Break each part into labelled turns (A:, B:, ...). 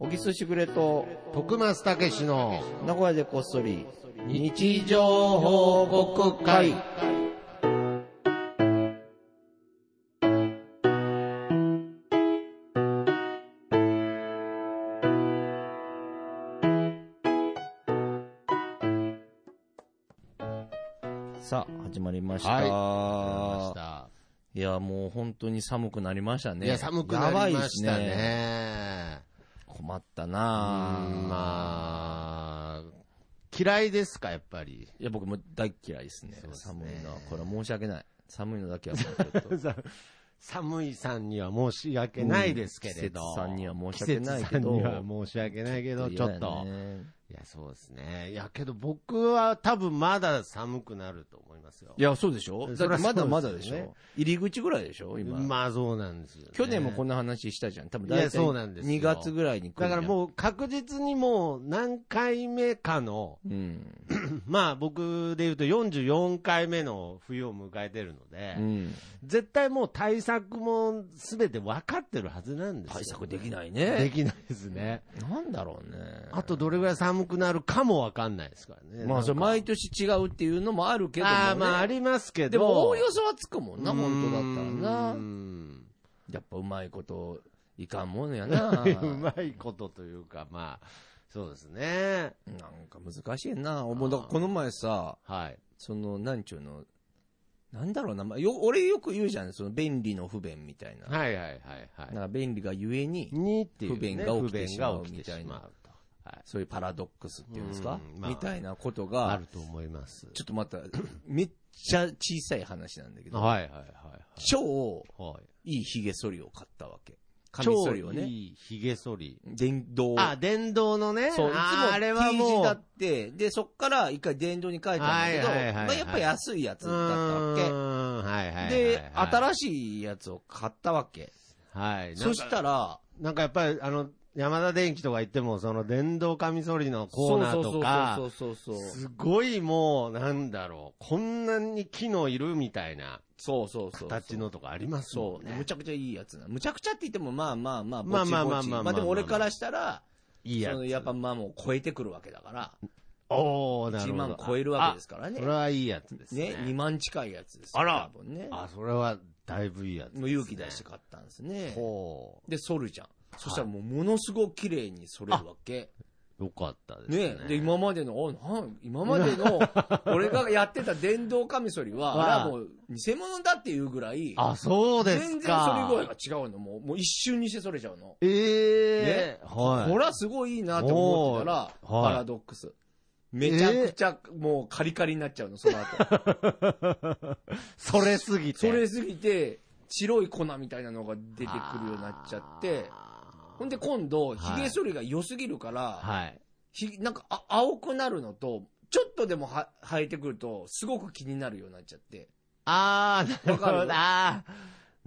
A: おぎすしぐれと、
B: 徳松たけしの
A: 名古屋でこっそり、日常報告会。さあ、始まりました。
B: はい。あ
A: いや、もう本当に寒くなりましたね。
B: いや、寒くなりました
A: やばいですね
B: ね。
A: 困った
B: う
A: なぁ
B: んまあ、嫌いですか、やっぱり。
A: いや、僕も大嫌いですね。
B: そうですね
A: 寒いのは。これは申し訳ない。寒いのだけはもうちょっと。
B: 寒いさんには申し訳ないですけれ
A: う
B: ど。
A: ん季節さんには申し訳ないけど
B: 季節さんには申し訳ない けど、ちょっと。
A: 嫌やね
B: いや、そうですね。いや、けど僕は多分まだ寒くなると思いますよ。
A: いや、そうでしょだ
B: そりゃ
A: ってまだまだ
B: そ
A: で
B: うで
A: し
B: すよね
A: ょ入り口ぐらいでしょ今。
B: まあそうなんですよ、ね。
A: 去年もこんな話したじゃん。多分
B: い
A: 大体
B: やそうなんですよ
A: 2月ぐらいに来る
B: だ
A: じ
B: か
A: ゃん
B: らもう確実にもう何回目かの、
A: う。ん。
B: まあ僕で言うと44回目の冬を迎えてるので、
A: うん。
B: 絶対もう対策も全て分かってるはずなんですよ。
A: 対策できない
B: で
A: ね。
B: きないですね。
A: なんだろうね。
B: あとどれぐらい寒くなるかも分かんないですからね。
A: まあ、それ
B: なんか
A: 毎年違うっていうのもあるけどもね。
B: あーまあありますけど。
A: でも、おおよそはつくもんな、本当だったらな。
B: うーん
A: やっぱうまいこと、いかんもんやな。
B: うまいことというか、まあ、そうですね。
A: なんか難しいな。もうだからこの前さ、
B: はい。
A: その、なんちゅうの、なんだろうな、まあ、よ、俺よく言うじゃん、その便利の不便みたいな。
B: はいはいはいはい。
A: なんか便利がゆえに、
B: にっていう、ね、
A: 不便が起きてしまう
B: 不便が起きてしまうとはい
A: そういうパラドックスっていうんですか、
B: うんまあ
A: みたいなこと
B: あ
A: が
B: る、と思います。
A: ちょっとまた、 めっちゃ小さい話なんだけど、
B: はいはいはい
A: 超
B: はい。はい。
A: いい髭剃りを買ったわけ。カミソリを
B: 超
A: ね。
B: いい髭剃り。
A: 電動。
B: あ、電動のね。
A: そう、いつも
B: あーあれは
A: T 字
B: も
A: だ
B: う
A: っ。て、で、そっから一回電動に変えたんだけど、
B: はいはいはいはい
A: まあやっぱ安いやつだったわ
B: う
A: け。
B: ーんはいはいはいはい。
A: で、
B: し
A: 新しいやつを買ったわけ。
B: い。はい。
A: そしたら、
B: なんかやっぱり、あの、山田電機とか行っても、その電動カミソリのコーナーと
A: そ
B: か
A: う、そうそうそうそう。
B: すごいもう、なんだろう、こんなに機能いるみたいな
A: そうそうそう。
B: 形のとかありますも
A: そ
B: ん
A: う、
B: ね。
A: むちゃくちゃいいやつな。むちゃくちゃって言っても、まあまあまあ、ぼ
B: まあ
A: ち
B: まあ
A: ぼ
B: まあまあ
A: ち。
B: まあ
A: まあでも俺からしたら、
B: いいや
A: その
B: つ。
A: やっぱまあもう超えてくるわけだから、
B: おー、なる
A: 1
B: ほ
A: 万
B: ど。
A: 超えるわけですから
B: あ
A: ね
B: そ。れはいいやつですね。
A: ね、2万近いやつですよ。
B: あら
A: 多分ね。
B: あ、それはだいぶいいやつです
A: もう
B: ね。
A: 勇気出して買ったんですね。
B: ほ
A: で、剃るじゃん。そしたらもうものすごく綺麗に剃れるわけ。
B: う。よかったですね
A: ね。で、今までの、おなん今まで の、俺がやってた電動カミソリは、あれはもう偽物だっていうぐらい、
B: あ、そうで
A: 全然剃
B: す
A: り
B: か。
A: 具合が違うの。もうもう一瞬にして剃れちゃうの。
B: ええー。はい。
A: これはすごいいいなと思ってたら、
B: おーはい
A: パラドックス。めちゃくちゃ、もうカリカリになっちゃうの、その後。
B: それすぎて。
A: それすぎて、白い粉みたいなのが出てくるようになっちゃって、
B: あー
A: ほんで今度、
B: はい
A: 髭剃りが良すぎるから、
B: はい。
A: ひなんかあ青くなるのと、ちょっとでもは生えてくると、すごく気になるようになっちゃって。
B: あー、なるほ
A: わかる
B: ど。あ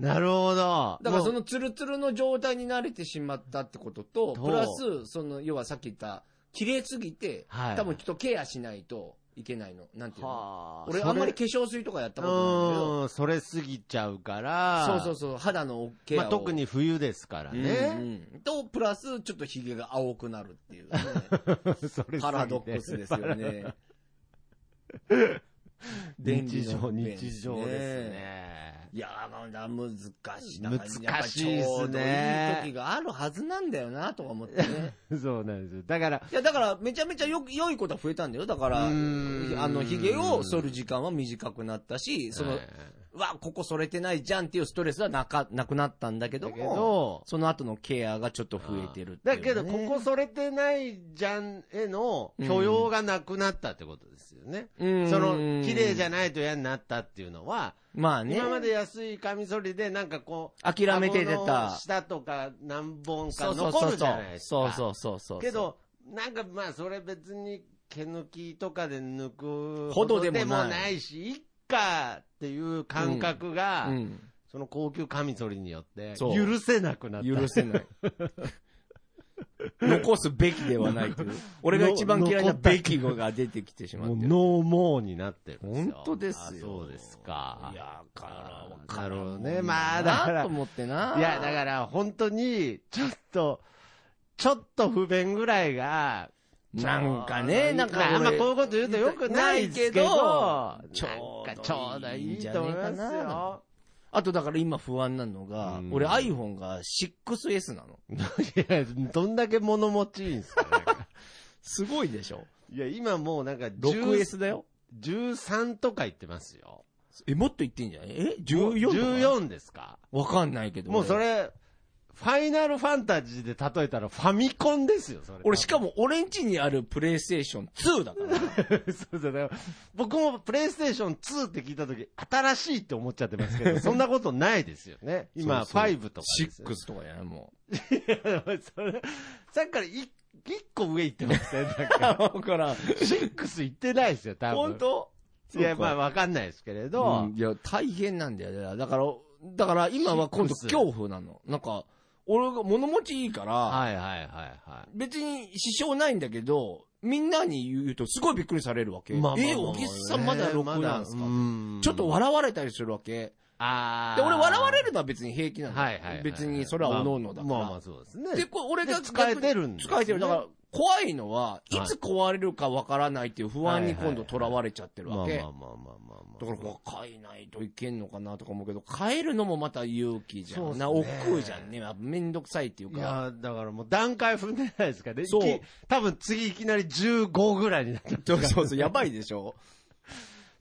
B: ー、なるほど。
A: だからそ
B: もう、
A: のツルツルの状態に慣れてしまったってことと、
B: と
A: プラス、その、要はさっき言った、綺麗すぎて、
B: はい
A: 多分ちょっとケアしないといけないの。なんていうの
B: はー
A: 俺
B: それ
A: あんまり化粧水とかやったことないんだけど、
B: うん、それすぎちゃうから。
A: そうそうそう、肌のケアを。
B: まあ特に冬ですから
A: うん
B: ね。
A: うんと、プラス、ちょっとヒゲが青くなるっていうね、
B: それすぎて
A: パラドックスですよね。便利
B: 日
A: の
B: 常、
A: 便利
B: 日常ですね。
A: いやー、なんだ、難しい。
B: 難しいっすね
A: やっぱちょうどいい時があるはずなんだよな、とか思ってね。
B: そうなんですよ。だから、
A: いや、だから、めちゃめちゃよく、良いことは増えたんだよ。だから、あ
B: うーん
A: の、髭を剃る時間は短くなったし、その、
B: は
A: う
B: い
A: わ、ここ剃れてないじゃんっていうストレスはなか、なくなったんだけども、
B: だけど、
A: その後のケアがちょっと増えてるっていう
B: だ
A: ね、
B: けど、ここそれてないじゃんへの許容がなくなったってことですよね。
A: うん、
B: その、綺麗じゃ
A: ない。
B: ないと嫌になったっていうのは、
A: まあね、
B: 今まで安いカミソリでなんかこう、
A: 諦めて出
B: 顎の
A: た。
B: 下とか何本
A: そ
B: か
A: うそう
B: 残
A: そう
B: るじ
A: そ
B: ゃ
A: う
B: ない。ですか。
A: そうそうそうそう。
B: け、ど、なんかまあ、それ別に毛抜きとかで抜く
A: ほどでもない
B: ほないし、いっかっていう感覚が、
A: うん。
B: その高級カミソリによって、
A: そう
B: 許せなくなった。
A: 許せない。 残すべきではないという。俺が一番嫌いなべき語が出てきてしま
B: も
A: っ
B: う
A: てる。
B: ノーモーになってるんですよ。
A: 本当ですよ。
B: あそうですか。
A: い
B: いや、
A: や、から、わ
B: な
A: から
B: るほ
A: ん
B: どねまあだから
A: なと思ってな。
B: だから本当に、ちょっと、ちょっと不便ぐらいが、
A: なんかね、なん
B: まあ
A: か
B: あんま
A: 俺、
B: こういうこと言うとよくないですけど、
A: ないけど
B: なんかちょうどい
A: ちょうどい
B: いと思います
A: いんじゃねえか
B: よ。
A: あとだから今不安なのが、
B: うん
A: 俺 iPhone が 6S なの。
B: いや、どんだけ物持ちいいんすか、なんか
A: すごいでしょ
B: いや、今もうなんか10
A: ?6S だよ。
B: 13とか言ってますよ。
A: え、もっといってんじゃないえ ?14 とか
B: 14ですか
A: わかんないけど。
B: もうそ。れ、ファイナルファンタジーで例えたらファミコンですよ、それ。
A: 俺しかも俺ん家にあるプレイステーション2だから。
B: そうそうだから僕もプレイステーション2って聞いたとき、新しいって思っちゃってますけど、 そんなことないですよね。今、
A: そうそう
B: 5とかですよね。
A: 6とかじゃないも
B: それ、さっきから1個上行ってますね。なんか、
A: う。だから、
B: 6行ってないですよ、多分。
A: 本当
B: いや、まあ
A: あ、
B: わかんないですけれ
A: う
B: ど
A: ん、いや、大変なんだよね。だから、だから今は今度
B: シックス
A: 恐怖なの。なんか、俺が物持ちいいから、
B: はいはいはいは
A: 別に支障ないんだけど、みんなに言うとすごいびっくりされるわけ。
B: い。まあまあまあ
A: え、小木さんまだ6なんですか、ちょっと
B: 笑
A: 笑われたりするわけ。
B: あ
A: で、俺笑われ
B: る
A: るのは別に平気なんだよ。
B: はいはいはいはい。
A: 別にそれはおののだから。
B: まあまあまあそうですね。
A: で、こう俺が
B: で使えてるんですね
A: 使えてる。だから、怖いのは、
B: はい
A: いつ壊れるかわからないっていう不安に今度
B: はいはいは
A: 囚
B: い
A: われちゃってる
B: まあま
A: わ
B: あ
A: け。
B: ま
A: だ
B: あまあまあまあ。
A: から、若いないといけんのかなとか思うけど、変えるのもまた勇気じゃん。
B: そうっすね
A: な、億劫じゃんね。めんどくさいっていう
B: い
A: か。
B: やーだからもう段階踏んでないですかね。
A: そう
B: いき多分次いきなり15ぐらいになっちゃって
A: そうそうそう、やばいでしょ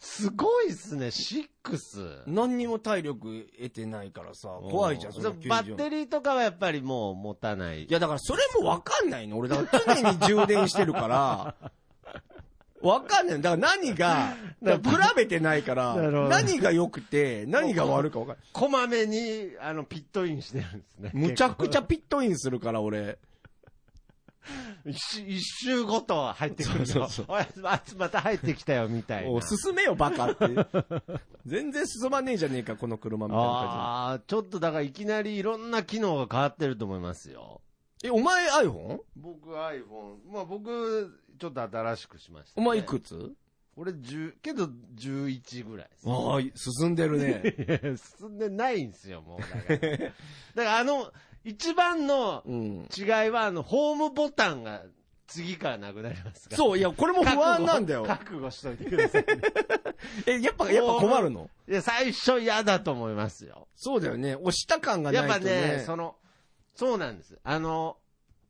B: すごいっすね、6。
A: 何にも体力得てないからさ、怖いじゃん、
B: う
A: その90
B: バッテリーとかはやっぱりもう持たない。
A: いや、だからそれもわかんないの。俺、だから常に充電してる から、わかんないの。だから何が、だから比べてないから
B: なるほ、ど
A: 何が良くて、何が悪いかわかんない。
B: こまめに、あの、ピットインしてるんです ね。
A: むちゃくち
B: ゃ。
A: ゃピットインするから、俺。
B: 一周一周ごと入ってくる
A: そう
B: と
A: そうそう、
B: おいあまた入ってきたよ、みたい
A: お
B: な
A: う。進めよ、バカ って。全然進まねえじゃねえか、この車みたいな感
B: ああ、ちょっとだからいきなりいろんな機能が変わってると思いますよ。
A: じ。え、お前 iPhone?
B: 僕 iPhone、まあ僕、ちょっと新しくしました、
A: お前いくつ、
B: 俺10、けど11ぐらいです。
A: ああ、進んでる ね。
B: いや進んでないんですよ、もうだ から。だからあの、一番の
A: うん。
B: 違いは、あの、ホームボタンが次からなくなりますから。
A: そう、いや、これも
B: う
A: 不安なんだよ。
B: 覚悟しといてください。
A: え、やっぱ、やっぱ困るの
B: いや、最初嫌だと思いますよ。
A: そうだよね。押した感がな
B: やっぱ
A: いとね。
B: ね、その、そうなんです。あの、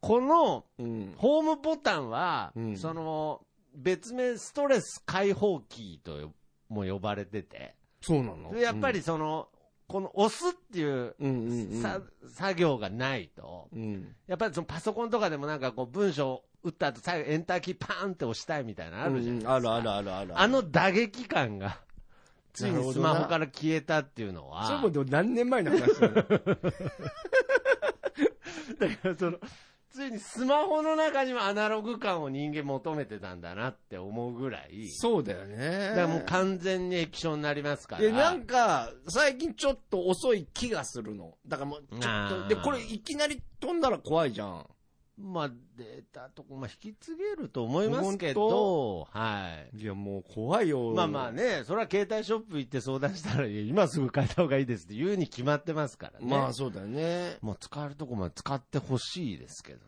B: この、
A: うん。
B: ホームボタンは、
A: うん
B: その、別名ストレス解放キーとよも呼ばれてて、
A: そうなの
B: でやっぱり、その、この押すっていう
A: うん、うんうんうん。
B: さ作業がないと、
A: うん。
B: やっぱりそのパソコンとかでもなんかこう文章打った後最後エンターキーパーンって押したいみたいなのあるじゃん。
A: うんうんあるあるあるある。
B: あ、の打撃感が、つい
A: なる
B: に
A: ほ
B: ス
A: どな
B: マホから消えたっていうのは。
A: それもでも何年前の話だよ
B: だからその、ついにスマホの中にもアナログ感を人間求めてたんだなって思うぐらい。
A: そうだよね。
B: だからもう完全に液晶になりますから。
A: え、なんか、最近ちょっと遅い気がするの。だからもう、ちょっ
B: あー
A: と、で、これいきなり飛んだら怖いじゃん。
B: まあ、データとこ、まあ、引き継げると思いますけど、はい。
A: いや、もう怖いよ
B: まあまあ。ね、それは携帯ショップ行って相談したら、いや今すぐ変えた方がいいですって言うに決まってますからね。
A: まあそうだよね。
B: もう使えるとこまで使ってほしいですけど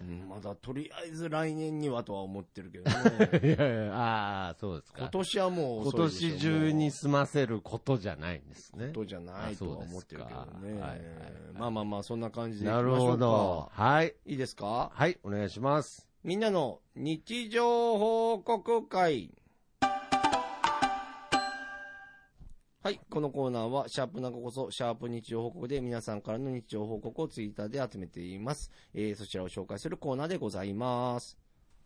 A: うんまだとりあえず来年にはとは思ってるけど ね。
B: ね。いやいや、ああ、そうです
A: 今
B: か。
A: 年はもう
B: 今
A: 遅いでしょ
B: 年中に済ませることじゃないんですね
A: こ。とじゃないとは思ってるけ
B: あそ
A: ど
B: うです
A: ね
B: かはいはいはい。
A: まあまあまあ、そんな感じで行
B: な
A: き
B: る
A: ましょ
B: ほ
A: うか。
B: ど。はい。
A: いいですか
B: はい、お願いします。
A: みんなの日常報告会。はい。このコーナーは、シャープなここそ、シャープ日常報告で皆さんからの日常報告をツイッターで集めています。えー、そちらを紹介するコーナーでございます。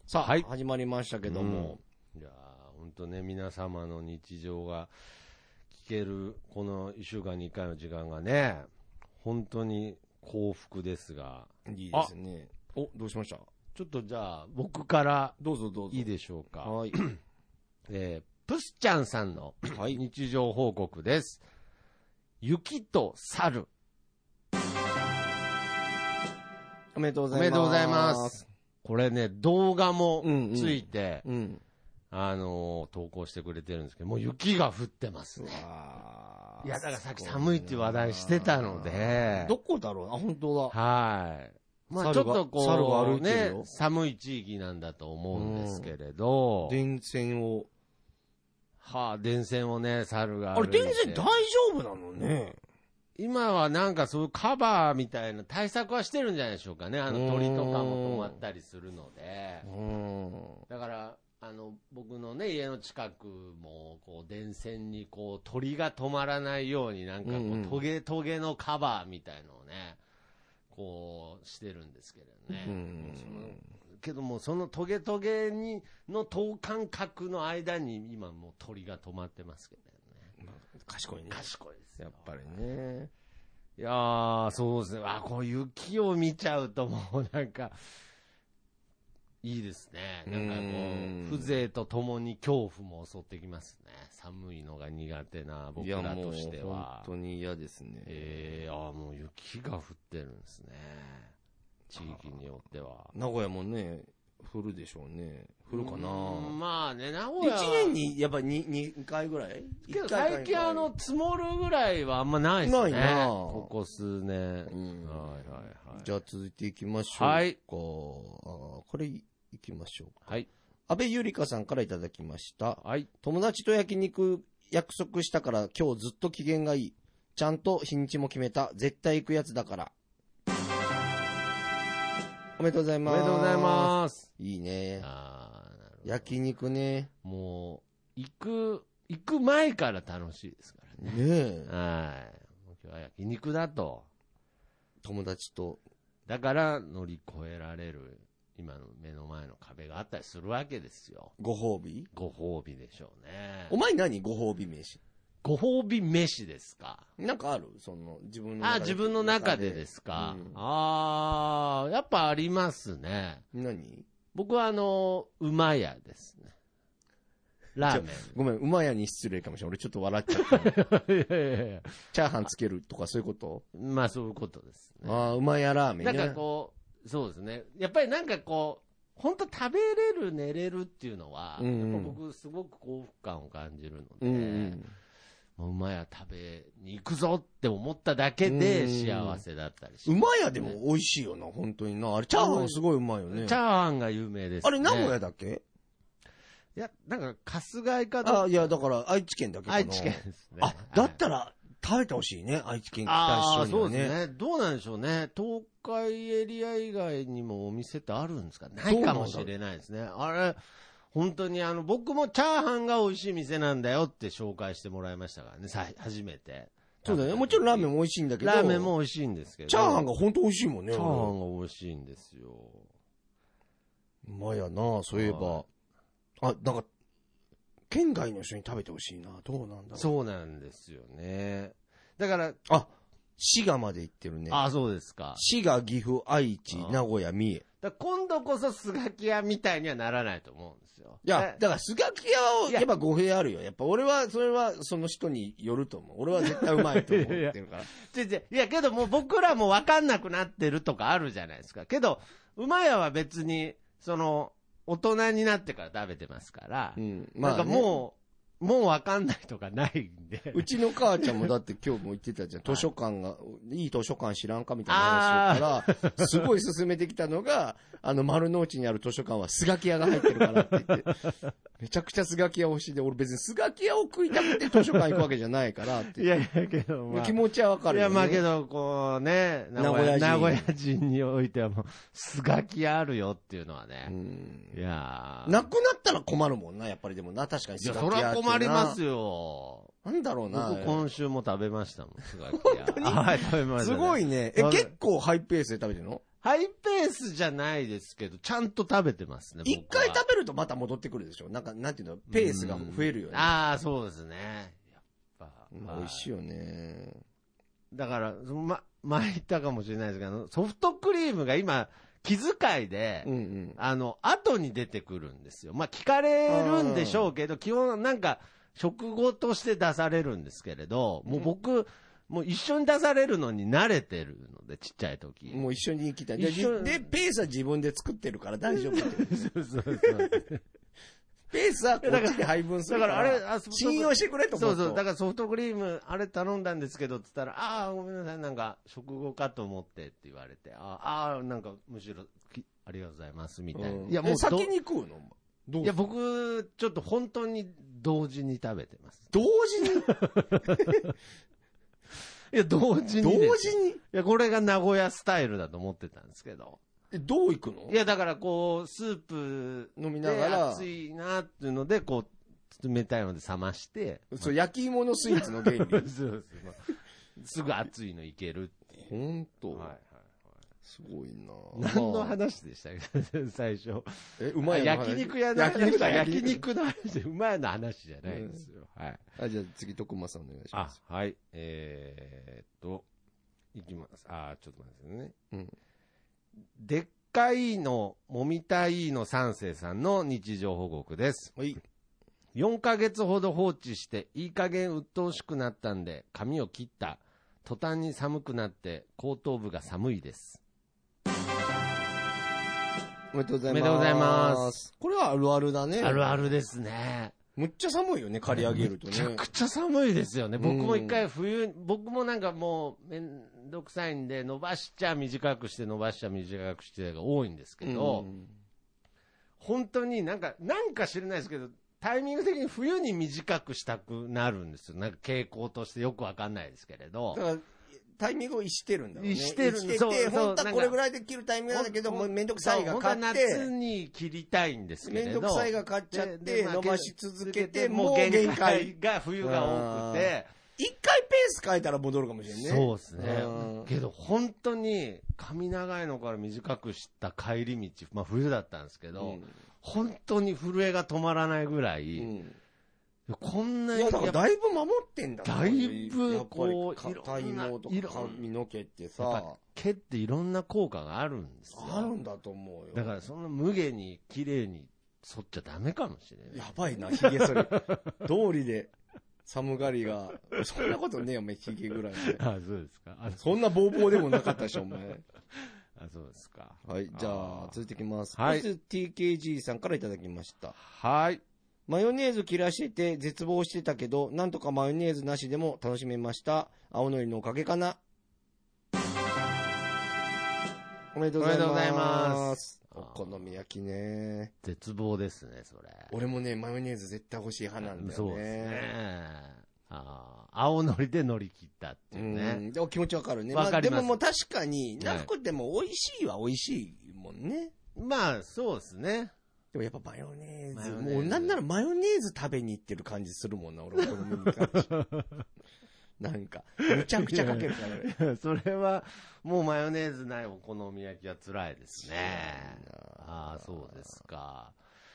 A: さあ、
B: はい
A: 始まりましたけども、
B: いやー、本当ね、皆様の日常が聞ける、この1週間に1回の時間がね、本当に幸福ですが、
A: いいですね。お、どうしました
B: ちょっとじゃあ、僕から
A: どうぞどうぞ。
B: いいでしょうか。
A: はい。
B: えープスちゃんさんの
A: はい
B: 日常報告です。雪と猿。
A: おめでとうござ
B: お
A: います。
B: めでとうございます。。これね、動画も
A: うんうん
B: ついて、
A: うん。
B: あのー投稿してくれてるんですけど、もう雪が降ってますね。いや、だからさっき寒いっていう話題してたので、
A: どこだろうあ、本当だ。
B: はまあち
A: 猿
B: ょっ
A: が
B: と
A: 猿が
B: こ
A: 歩
B: う、
A: いてる
B: ね
A: よ、
B: 寒い地域なんだと思うんですけれど、
A: 電線を。
B: はあ、電線をね、猿が
A: あ
B: 歩
A: れ、
B: いて。
A: 電線大丈夫なのね。
B: 今はなんかそういうカバーみたいな対策はしてるんじゃないでしょうかね。あの鳥とかも止まったりするので
A: う。ん。
B: だから、あの、僕のね、家の近くも、こう、電線にこう、鳥が止まらないように、なんかこ
A: うんうん
B: う、トゲトゲのカバーみたいのをね、こう、してるんですけれどね。
A: うん
B: そのけども、そのトゲトゲに、の等間隔の間に、今もう鳥が止まってますけどね。
A: 賢いね。
B: 賢いですよ
A: やっぱりね。
B: いやー、そうですね。あ、こう雪を見ちゃうともうなんか、いいですね。なんかこ
A: うーん
B: う、風情とともに恐怖も襲ってきますね。寒いのが苦手な僕
A: いや、
B: ら
A: も
B: と
A: う
B: して
A: 本
B: は。
A: 当に嫌ですね。
B: えー、あーもう雪が降ってるんですね。地域によっては。
A: 名古屋もね、降るでしょうね。降るかな
B: うーんまあね、名古
A: 一
B: 屋は。
A: 年に、やっぱり二二回ぐらい
B: けど
A: 一回か
B: 最近あの、積もるぐらいはあんまないですね。
A: ないな
B: ここ数年。
A: うん
B: はいはいはい。
A: じゃあ続いていきましょうか。
B: はい
A: あーこれいきましょうか。
B: はい。
A: 安倍ゆりかさんからいただきました。
B: はい。
A: 友達と焼肉約束したから今日ずっと機嫌がいい。ちゃんと日にちも決めた。絶対行くやつだから。おめでとうござい
B: お
A: ま
B: め
A: す。
B: でとうございます。
A: す。いいね。
B: あーなるほど
A: 焼肉ね。
B: もう、行く、行く前から楽しいですから
A: ね
B: ね。
A: え。
B: はい。もう今日は焼肉だと。
A: 友達と。
B: だから乗り越えられる、今の目の前の壁があったりするわけですよ。
A: ご褒美
B: ご褒美でしょうね
A: お。前何ご褒美飯。
B: ご褒美飯ですか。
A: なんかあるその、自分の中
B: あ、
A: で。
B: 自分の中でですか。
A: うん
B: ああ、やっぱありますね。
A: 何
B: 僕はあの、馬屋ですね。ラーメン。
A: ごめん、馬屋に失礼かもしれない。俺ちょっと笑っちゃった。
B: いやいやいや
A: チャーハンつけるとかそういうこと
B: まあそういうことですね。
A: ああ、馬屋ラーメン
B: な
A: ね。
B: んかこう、そうですね。やっぱりなんかこう、本当食べれる、寝れるっていうのは、
A: うんうん
B: やっぱ僕すごく幸福感を感じるので、
A: うんうん。
B: もううまや食べに行くぞって思っただけで
A: うんうん
B: 幸せだったりし
A: う
B: ます
A: まやでも美味しいよな、本当にな。あれ、チャーハンすごいうまいよね。
B: チャーハンが有名です、ね。
A: あれ、名古屋だっけ
B: いや、なんか、春日井かどう
A: あ、いや、だから、愛知県だけかな。
B: 愛知県。ですね。
A: あ、だった
B: ら、
A: ら、食べてほしいね、愛知県
B: あ
A: 北
B: あ、
A: 一緒
B: そう
A: に
B: です
A: はね。
B: ね。どうなんでしょうね。東海エリア以外にもお店ってあるんですかないかもしれないですね。あれ、本当にあの、僕もチャーハンが美味しい店なんだよって紹介してもらいましたからね、さい初めて。
A: そうだね。もちろんラーメンも
B: も。
A: 美味しいんだけど。
B: ラーメン。も美味しいんですけど。
A: チャーハンが本当美味しいもんね。
B: チャーハンが美味しいんですよ。
A: うまやな、そういえば。あ、なんか、県外の人に食べてほしいな。どうなんだろう。
B: そうなんですよね。だから、
A: あ、滋賀まで行ってるね。
B: あ、そうですか。
A: 滋賀、岐阜、愛知、
B: あ
A: 名古屋、三重。
B: だから今度こそスガキ屋みたいにはならないと思うんですよ。
A: いや
B: え、
A: だから、スガキ屋は、
B: いや
A: やっぱ語弊あるよ。やっぱ、俺は、それは、その人によると思う。俺は絶対うまいと思ってるから。
B: 違う違ういや、けどもう僕らも分かんなくなってるとかあるじゃないですか。けど、馬屋は別に、その、大人になってから食べてますから、
A: うん。
B: なんか
A: ね
B: もう、もう分かんないとかないんで。
A: うちの母ちゃんもだって今日も言ってたじゃん。図書館が、いい図書館知らんかみたいな話をから、すごい勧めてきたのが、あの丸の内にある図書館はスガキ屋が入ってるからって言って、めちゃくちゃスガキ屋欲しいで、俺別にスガキ屋を食いたくて図書館行くわけじゃないからって
B: い。やいや、けど、まあ
A: 気持ちはわかる
B: いや、
A: よ、ね。
B: まあけど、こうね、名古屋
A: 名
B: 名
A: 古
B: 古
A: 屋
B: 屋人においてはもう、スガキ屋あるよっていうのは
A: う
B: ね。
A: ん。
B: いやー
A: なくなったら困るもんな、やっぱりでもな、確かに
B: い
A: ス
B: や、
A: ガキ
B: そ
A: 屋って
B: り
A: な。
B: ゃ困りますよ。
A: なんだろうな
B: 僕。今週も食べましたもん、スガキ屋。本当に はい、食べました
A: す
B: ね、
A: ごいね。え、
B: そう
A: 結構ハイペースで食べてるの
B: ハイペースじゃないですけど、ちゃんと食べてますね。
A: 一
B: 僕は
A: 回食べるとまた戻ってくるでしょなんか、なんていうのペースが増えるよね
B: うん。ああ、そうですね。やっぱ。
A: まあ、美味しい
B: い。
A: よね。
B: だから、そのま、前言ったかもしれないですけどあの、ソフトクリームが今、気遣いで、
A: うんうん。
B: あの、後に出てくるんですよ。まあ、聞かれるんでしょうけど、基本なんか、食後として出されるんですけれど、もう僕、もう一緒に出されるのに慣れてるので、ちっちゃい時。
A: もう一緒に生きたい。で、
B: 一緒
A: でペースは自分で作ってるから大丈夫だと思う。
B: そうそうそう
A: ペースはこっちで配分す
B: だ
A: る
B: か
A: からら、
B: あれ、あソフトクリーム
A: 信用してくれと思
B: そううそう、だ
A: と。
B: からソフトクリーム、あれ頼んだんですけどって言ったら、ああ、ごめんなさい、なんか、食後かと思ってって言われて、あーあー、なんか、むしろ、きありがとうございます、みたいな。
A: うん
B: いや、も
A: え
B: うど、
A: 先に食うのどう
B: いや、僕、ちょっと本当に同時に食べてます。
A: 同時に
B: いや、同時にです。
A: 同
B: い
A: 時に
B: や、これが名古屋スタイルだと思ってたんですけど。
A: えどう行くの
B: いや、だからこう、スープ
A: 飲みな
B: で
A: がら
B: 熱、いなっていうので、こう、冷たいので冷まして、
A: そう、焼き芋のスイーツの原理。
B: そうそうすぐ熱いのいけるっていう。
A: ほんと、
B: はいはい
A: すごいな
B: 何の
A: まあ
B: 話でした っけ最初。
A: え、うまいやの話
B: 焼肉屋の話。
A: 焼肉だ
B: 焼
A: 焼肉
B: 肉の話で、うまいの話じゃないですよ。はい。
A: あ、じゃあ次、徳間さんお願いしま
B: あ
A: す。、
B: はい。えーっと、いきます。あー、ちょっと待ってくださいね。
A: うん
B: でっかいの、もみたいの三世さんの日常報告です。
A: はい。
B: 4ヶ月ほど放置して、いい加減鬱陶しくなったんで、髪を切った。途端に寒くなって、後頭部が寒いです。
A: おめでとうございます。
B: おめでとうございます。
A: これはあるあるだね。
B: あるあるですね。
A: むっちゃ寒いよね、刈り上げると
B: めちゃ
A: ね。
B: くちゃ寒いですよね。
A: うん
B: 僕も一回冬、僕もなんかもうめんどくさいんで、伸ばしちゃ短くして、伸ばしちゃ短くしてが多いんですけど、
A: うん
B: 本当になんか、なんか知らないですけど、タイミング的に冬に短くしたくなるんですよ。なんか傾向としてよくわかんないですけれど
A: だ。から、タイミングを逸してるんだろうね。
B: 逸してる
A: 逸てて
B: そうそう
A: 本当は
B: なんか
A: これぐらいで切るタイミングなんだけど、
B: ほん
A: もうめんどくさいが
B: そう
A: 勝
B: 本
A: っ
B: 当は夏
A: て、
B: に切りたいんですけれ
A: め
B: ど。
A: んどくさいが勝っちゃっ
B: で
A: て、
B: でまあ
A: 伸ばし続けて、もう限界。
B: が冬が多くて。
A: 一回ペース変えたら戻るかもしれんね。
B: そうですね
A: うん。
B: けど本当に髪長いのから短くした帰り道、まあ冬だったんですけど、本当に震えが止まらないぐら
A: う
B: い、
A: ん。
B: こんないに
A: や、だから
B: やっぱ
A: だいぶ守ってんだな
B: だいぶ
A: やっぱり
B: こう
A: か
B: いろんな
A: 体毛と
B: い
A: か
B: ろん
A: 髪の毛って
B: やっ
A: さ
B: ぱ、毛っていろんな効果があるんですよ。
A: あるんだと思うよ。
B: だからそんな無下に綺麗に剃っちゃダメかもしれない。
A: やばいな、ヒゲ剃り。道理で、寒がりが。そんなことねえよ、お前、ヒゲぐらいで。
B: あ、そうですか。あ、そ
A: そんなボーボーでもなかったでしょ、お前。
B: あそうですか。
A: はい、じゃあ
B: あ、ー
A: 続いていきます。
B: は
A: はいい。TKG さんからいただきました。
B: はい。
A: マヨネーズ切らしてて絶望してたけど、なんとかマヨネーズなしでも楽しめました。青のりのおかげかな。おめでとうございます。
B: おめでとうございます
A: お好み焼きね。
B: 絶望ですね、それ。
A: 俺もね、マヨネーズ絶対欲しい派なんだよ
B: そ
A: ね。
B: うですね。あー青のりで乗り切ったっていうね。
A: うん、でも気持ちわかるね。
B: わかりま
A: あ、
B: す
A: でももう確かに、
B: はい
A: なくても美味しいは美味しいもんね。
B: まあ、そうですね。
A: でもやっぱマヨネー
B: マ
A: ズ。
B: ヨネーズ
A: もうなんならマヨネーズ食べに行ってる感じするもんな、俺お好みに関してなんか、むちゃくちゃかけるからね。
B: それは、もうマヨネーズないお好み焼きは辛いですね。ああ、そうですか。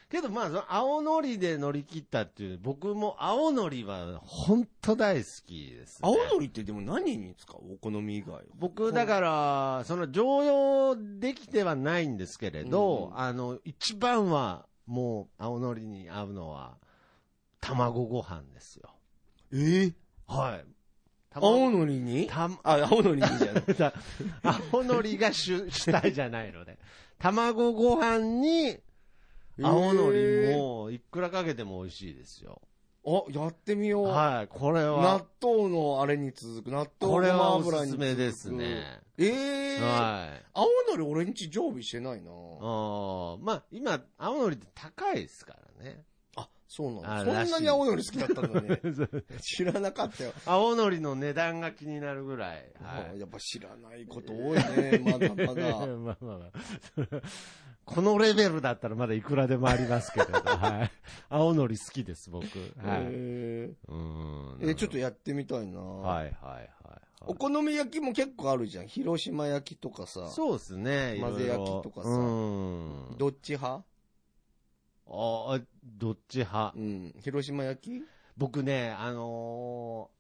B: けどまあ、その青のりで乗り切ったっていう、僕も青のりは本当大好きです、ね。
A: 青のりってでも何に使うお好み以外。
B: 僕、だから、その常用できてはないんですけれど、
A: うんうん
B: あの、一番は、もう、青のりに合うのは、卵ご飯ですよ。
A: え
B: はい。
A: 青
B: の
A: のりに
B: た、
A: あ、青のりにじゃない。
B: た青のりが主主体じゃないので。卵ご飯に、 青のりも、いくらかけても美味しいですよ。
A: えー。あ、やってみよう。
B: はい、これは
A: 納、豆のあれに続く、納豆
B: これ
A: ごま
B: はお
A: 油
B: す
A: に
B: す
A: 続く
B: めですね。
A: ええー。
B: はい。
A: 青のり俺んち常備してないな
B: あーまあ、今、青のりって高いですからね。
A: あ、そうな
B: あ
A: んだ。そんなに青のり好きだったんだね。知らなかったよ。
B: 青のりの値段が気になるぐらい。
A: あやっぱ知らないこと多い ね、まだま
B: まあ
A: だ。
B: まあまあ それはこのレベルだったらまだいくらでもありますけれど、はい。青のり好きです、僕。はい。
A: え
B: うん
A: えちょっとやってみたいな、
B: はいはいはいはい。
A: お好み焼きも結構あるじゃん。広島焼きとかさ。
B: そうですね。
A: 混ぜ
B: いろい
A: 焼
B: ろ
A: きとかさ
B: うん。
A: どっち派
B: ああ、どっち派
A: うん。広島焼き
B: 僕ね、あのー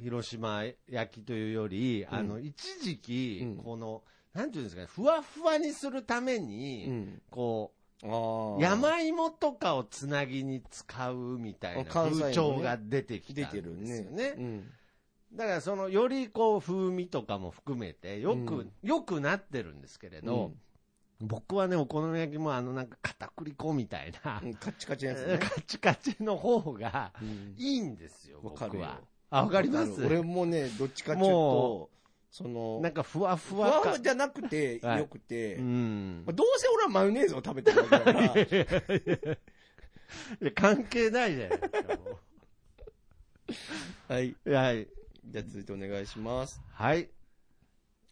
B: 広島焼きというより、あの、一時期、
A: うん
B: この、なんていうんですかね、ふわふわにするために、
A: うん。
B: こ
A: ああ。
B: う、山芋とかをつなぎに使うみたいな
A: あ関西の
B: 風
A: ね
B: 潮が出てき
A: 出
B: たん
A: て
B: で
A: る
B: す
A: ね。
B: よね。
A: うん。
B: だからその、よりこう、風味とかも含めて、よく、
A: うん
B: よくなってるんですけれど、僕はね、お好み焼きもあのなんか片栗粉みたいな、
A: うんカッチカチのやつね。
B: カチカチの方が
A: うん
B: いいんですよ、
A: わか
B: 僕
A: るよ
B: は。あ、わかります
A: 俺もね、どっちかっていう
B: も
A: と、その
B: な、んかふわふ
A: ふわ
B: わ
A: ふ
B: 感
A: わ。じゃなくて、
B: はい
A: よくて、
B: うん
A: まあ。どうせ俺はマヨネーズを食べてるわけだ から、
B: いや関係ないじゃないですか。も
A: はい。
B: うはい。
A: じゃあ続いてお願いします。
B: はい。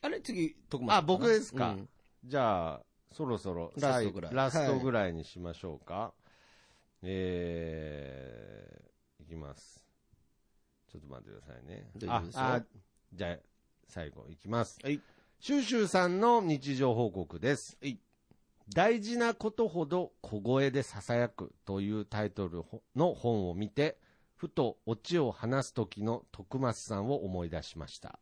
A: あれ、次、徳間
B: あ、僕ですか。
A: うん
B: じゃあ、そろそろ、
A: ラスト
B: 最後
A: ぐらい
B: ラストぐらいにしましょうか。えー、いきます。ちょっと待ってくださいね。
A: 大丈夫ですよ
B: あ、あじゃあ、最後いきます。
A: はい。
B: シューシューさんの日常報告です。はい。大事なことほど小声で囁くというタイトルの本を見て、ふとオチを話す時の徳松さんを思い出しました。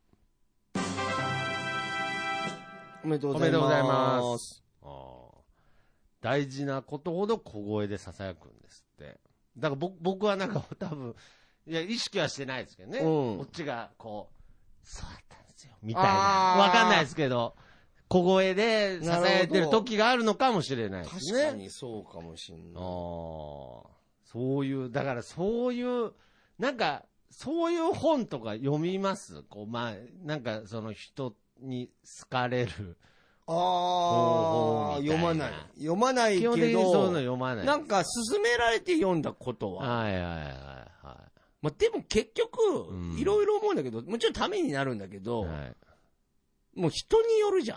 A: おめでとう
B: お
A: ご
B: め
A: ざ
B: で
A: い
B: とうござい
A: ま。
B: ますあー大事なことほど小声で囁くんですって。だから僕僕はなんか多分、いや、意識はしてないですけどね。
A: うん
B: こっちがこう、そうだったんですよ。みたいな。
A: あー
B: わかんないですけど、小声で囁いてる時があるのかもしれないですね。
A: 確かにそうかもしんな
B: ああ
A: い。
B: そういう、だからそういう、なんか、そういう本とか読みますこう、まあ、なんかその人に好かれる。
A: あ
B: ほうほう
A: あ、
B: みた
A: 読
B: いな
A: まない。読まない
B: 基本的
A: け
B: にそういうの
A: ど、
B: 読まない。
A: なんか勧められて読んだことは。
B: はいはいはいは
A: まあ、でも結局
B: うん、
A: いろいろ思うんだけど、もちろんためになるんだけ
B: い。
A: ど、
B: は
A: もう人によるじゃ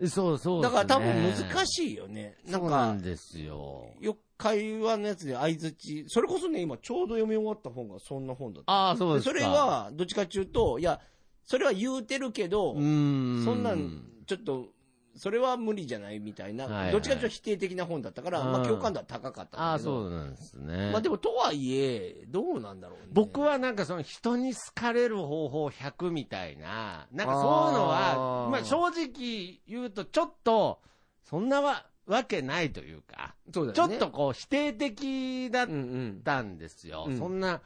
A: ん。
B: い、そうそう、
A: だから多分難
B: い。
A: しいよね。な
B: そ
A: ん
B: うな
A: か
B: ん、ですよ。
A: よく会話のやつで相づち、それこそね、今ちょうど読み終わった本がそんな本だった。
B: ああ、そう
A: で
B: ですか。
A: それ、は、どっちかっていうと、いや、それは言うてるけど、
B: うーん。
A: そんなん、ちょっと、それは無理じゃないみたいな、
B: はいはい
A: どっちかというと否定的な本だったから、ま
B: うん
A: あ共感度は高かったんだけど。
B: ああ、そうなんですね。
A: まあでも、とはいえ、どうなんだろうね。
B: 僕、はなんかその人に好かれる方法100みたいな、なんかそういうのは、
A: あー
B: まあ正直言うとちょっと、そんなわわけないというか、
A: そう
B: ち
A: だ
B: ょっ
A: ね
B: と、こう否定的だっ
A: うんうん。
B: たんですよ。
A: うん
B: そんな、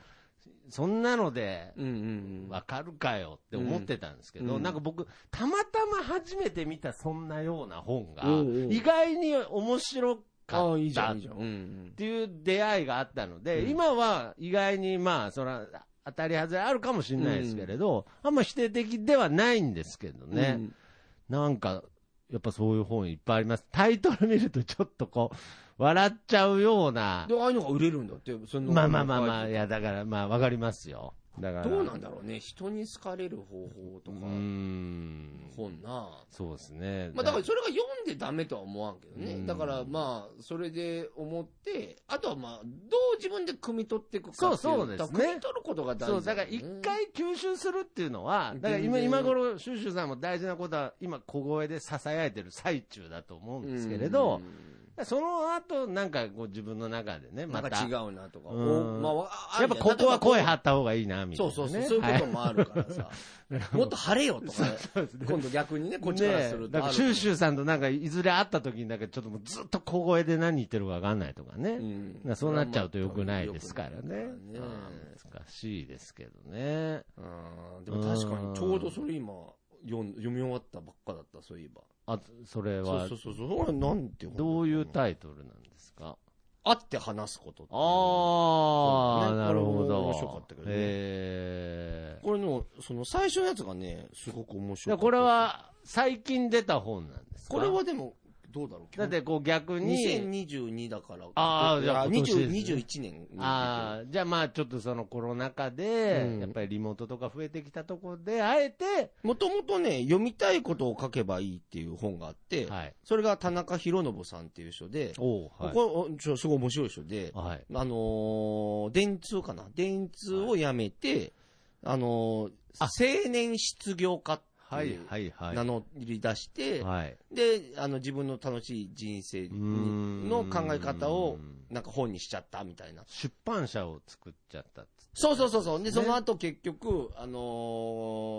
B: そんなので、
A: うんうんうん。
B: わかるかよって思ってたんですけど、
A: うん
B: なんか僕、たまたま初めて見たそんなような本が
A: おうお、う
B: 意外に面白
A: あ
B: か
A: あ、いい
B: っ
A: じゃ
B: た
A: ん、いいじゃん。うんうん
B: っ。ていう出会いがあったので、
A: うん
B: 今は意外にまあ、そら、当たり外れあるかもしれないですけれど、あんま否定的ではないんですけどね。
A: うん
B: なんか、やっぱそういう本いっぱいあります。タイトル見るとちょっとこう、笑っちゃうような
A: で、。ああいうのが売れるんだって、その
B: まあまあまあまあ、いやだからまあわかりますよ。だから。
A: どうなんだろうね、人に好かれる方法と
B: う
A: か、
B: ーん。
A: 本な。
B: そうですね。
A: まあだからそれが読んでダメとは思わんけど
B: う
A: ね。
B: ん
A: だからまあ、それで思って、あとはまあ、どう自分で汲み取っていくかってい
B: そうそうです
A: だ
B: ね
A: から汲み取ることが大事
B: そう、だから
A: よね
B: 一回吸収するっていうのは、だから今、
A: 全然
B: 今頃、シュシュさんも大事なことは、今、小声で囁いてる最中だと思うんですけれど、その後、なんかこう自分の中でね、
A: うん、な
B: ま
A: ん
B: た、
A: か違うなとか。
B: うん
A: おまああ
B: やっぱここは声張
A: っ
B: った方がいいな、みたい
A: そ
B: な、
A: う
B: ね。
A: そうそう、そういうこともあるからさ。 もっと晴れよとか、
B: そうですね
A: 今度逆にね、こっちからす
B: ね
A: る
B: だ
A: と
B: か
A: ある。
B: らシュシュさんとなんか、いずれ会った時になんか、ちょっともうずっと小声で何言ってるかわかんないとかね。
A: ん
B: なそうなっちゃうと良くないですから
A: 良
B: ね。
A: くないからね
B: あー難しいですけどね。
A: うんでも確かにちょうどそれ今読ん読み終わったばっかだったそういえば
B: あ、それ
A: そ
B: は
A: うそうそうそうそれなんて本
B: どういうタイトルなんですか
A: 会って話すことっていう
B: ああ、
A: ね
B: なるほ
A: これ
B: ど。
A: も面白かったけどね
B: ええ
A: これのその最初のやつがねすごく面
B: いや
A: 白い
B: これは最近出た本なんですか
A: これはでもどうだろう
B: だってこう逆に、
A: 2022だから
B: あーじゃあ今年ですね
A: 2021年
B: ああ、じゃあまあちょっとそのコロナ禍で、
A: うん
B: やっぱりリモートとか増えてきたところで、あえて、
A: もともとね読みたいことを書けばいいっていう本があって、
B: はい。
A: それが田中博信さんっていう人で、
B: おうはい。
A: これおちょすごい面白い人で、
B: はい。
A: あのー電通かな電通を辞めて、あのー青年失業家って
B: はいい、
A: う
B: はい、はい。
A: 名乗り出して、
B: はい。
A: で、あの、自分の楽しい人生
B: うーん
A: にの考え方を、なんか本にしちゃったみたいな。
B: 出版社を作っちゃったっつ
A: そうそうそうそう。で、
B: ね
A: その後結局、あの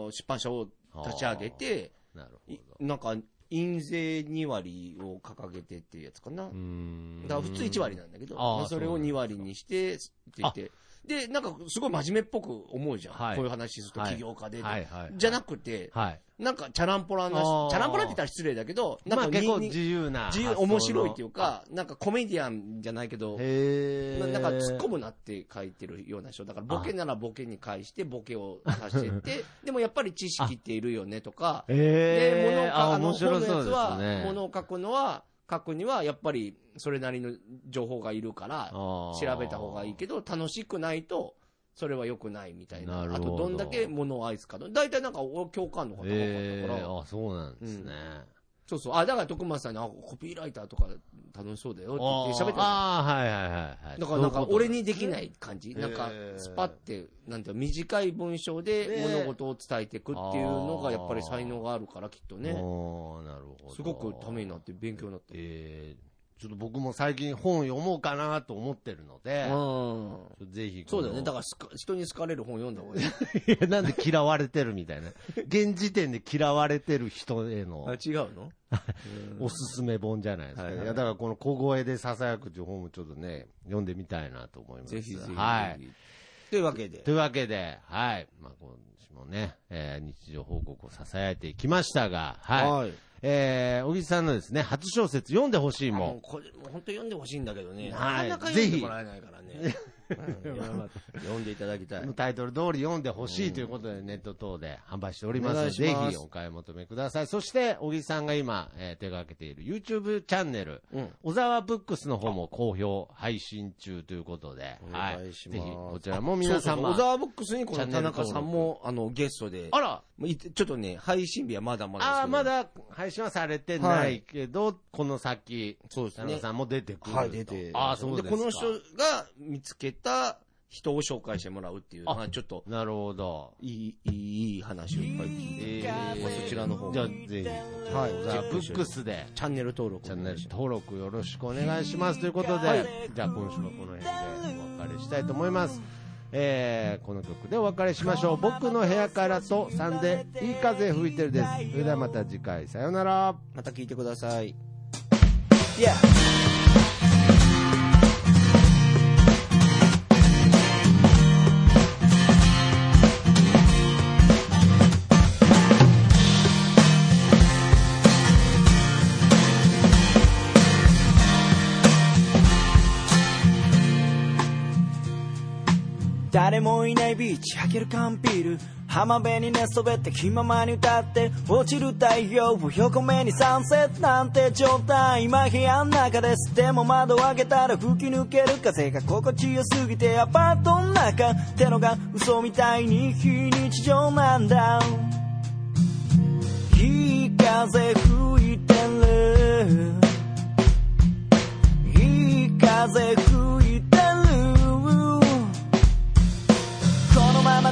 A: ー出版社を立ち上げ、て、
B: あーなるほ
A: い
B: ど。
A: なんか、印税2割を掲げてっていうやつかな。
B: うーん
A: だから普通1割なんだけど、
B: あー
A: まあそれを2割にして、って言って、で、なんかすごい真面目っぽく思うじゃん。
B: はい
A: こういう話すると
B: はい
A: 起業家で、
B: はいはい。
A: じゃなくて、
B: はい。
A: なんか、チャランポラな
B: あー
A: し、チャランポラって言ったら失礼だけど、なんか
B: まあ
A: に、
B: 結構
A: に
B: 自由な。
A: 自由、面白いっていう。か、なんかコメディアンじゃないけど、
B: へ
A: な
B: え。
A: なんか突っ込むなって書いてるような人。だからボケならボケに返して、ボケをさせ て、でもやっぱり知識っているよねとか、で、
B: へ
A: 物を
B: え。
A: 書
B: あ、
A: あの
B: 面白そう
A: 本のやつは、
B: ですね。
A: 物を書くのは、書くにはやっぱりそれなりの情報がいるから、
B: 調
A: 調べた方がいいけど、楽しくないと、それは良くないみたいな。
B: なる
A: あ
B: ほど
A: と、どんだけ物を愛すかと。大体なんか、俺共感の方が多かったから、
B: えー、あ、そうなんですね。
A: そうそう。あ、だから徳松さんに、あ、コピーライターとか楽しそうだよって言って喋ってた。
B: ああ、はいはいはいはい。
A: だからなんか、
B: そうい
A: 俺
B: うこと
A: にできない感じ。
B: ー
A: なんか、スパって、なんていうの短い文章で
B: ね
A: 物事を伝えていくっていうのが、やっぱり才能があるから、きっと
B: ね。
A: ね。
B: おーなるほど。
A: すごくためになって、勉強になって。
B: えー、ちょっと僕も最近本読もうかなと思ってるので、
A: うん。
B: ちょっとぜひ。
A: そうだよね。だ
B: か
A: からすか、人に好かれる本読んだ方がいい。
B: ら。 なんで嫌われてるみたいな。現時点で嫌われてる人への
A: 違うの
B: おすすめ本じゃないですか、
A: はいはい
B: いや、だからこの小声で囁くっていう本もちょっとね、読んでみたいなと思います。
A: ぜひぜひ。
B: はい。。
A: というわけで
B: と。いうわけで、はい。まあ、今週もね、えー日常報告を囁いていきましたが、はい。
A: い。
B: えー、小木さんのですね、初小説読んでほしい
A: あも
B: も
A: うこれ、もう本当読んでほしいんだけどね。な
B: は
A: か
B: い
A: なか読んでもらえないからね。 うん読んでいただきたい
B: ん。。タイトル通り読んでほしいということで、ネット等で販売しておりますので、
A: お願
B: ぜ
A: いします
B: ひお買い求めください。そして、小木さんが今、えー手がけている YouTube チャンネル、
A: うん
B: 小沢ブックスの方も好評配信中ということで、
A: お
B: は
A: 願いし
B: ぜ
A: ま
B: ひ、
A: す
B: こちらも皆
A: そうそう
B: 様、
A: 小沢ボックスにこの
B: チャ
A: 田
B: ンネル
A: 中
B: 登録
A: さんも、あの、ゲストで。
B: あら
A: もういちょっとね、配信日はまだまだですけど。
B: ああ、ま。だ配信はされてないけど、この先、
A: そうです
B: 田中
A: ね。
B: さんも出てくると。
A: はい、出て。
B: ああ、そうです
A: で、
B: か。
A: この人が見つけた人を紹介してもらうっていう、まあちょっと、
B: なるほど。
A: いい、いいいい話をいっぱい聞いて、
B: えー
A: まあそちらの方も
B: じゃあ、ぜひ、
A: は
B: はいい、ザ・ブックスで、
A: チャンネル登録
B: チ
A: お
B: ャン
A: 願
B: ネ
A: い
B: ル
A: します。
B: 登録よろしくお願いしますということで、
C: はい
B: じゃあ今週はこの辺でお別れしたいと思います。えー、この曲でお別れしましょう。僕の部屋からと3でいい風吹いてるです。それではまた次回、さようなら。
A: また聞いてください。
C: Yeah.「誰もいないビーチ開ける缶ビール」「浜辺に寝そべって気ままに歌って」「落ちる太陽を横目にサンセットなんて状態」「今部屋の中です」「でも窓を開けたら吹き抜ける風が心地よすぎて」「アパートの中ってのが嘘みたいに非日常なんだ」「いい風吹いてる」「いい風吹いてる」このまま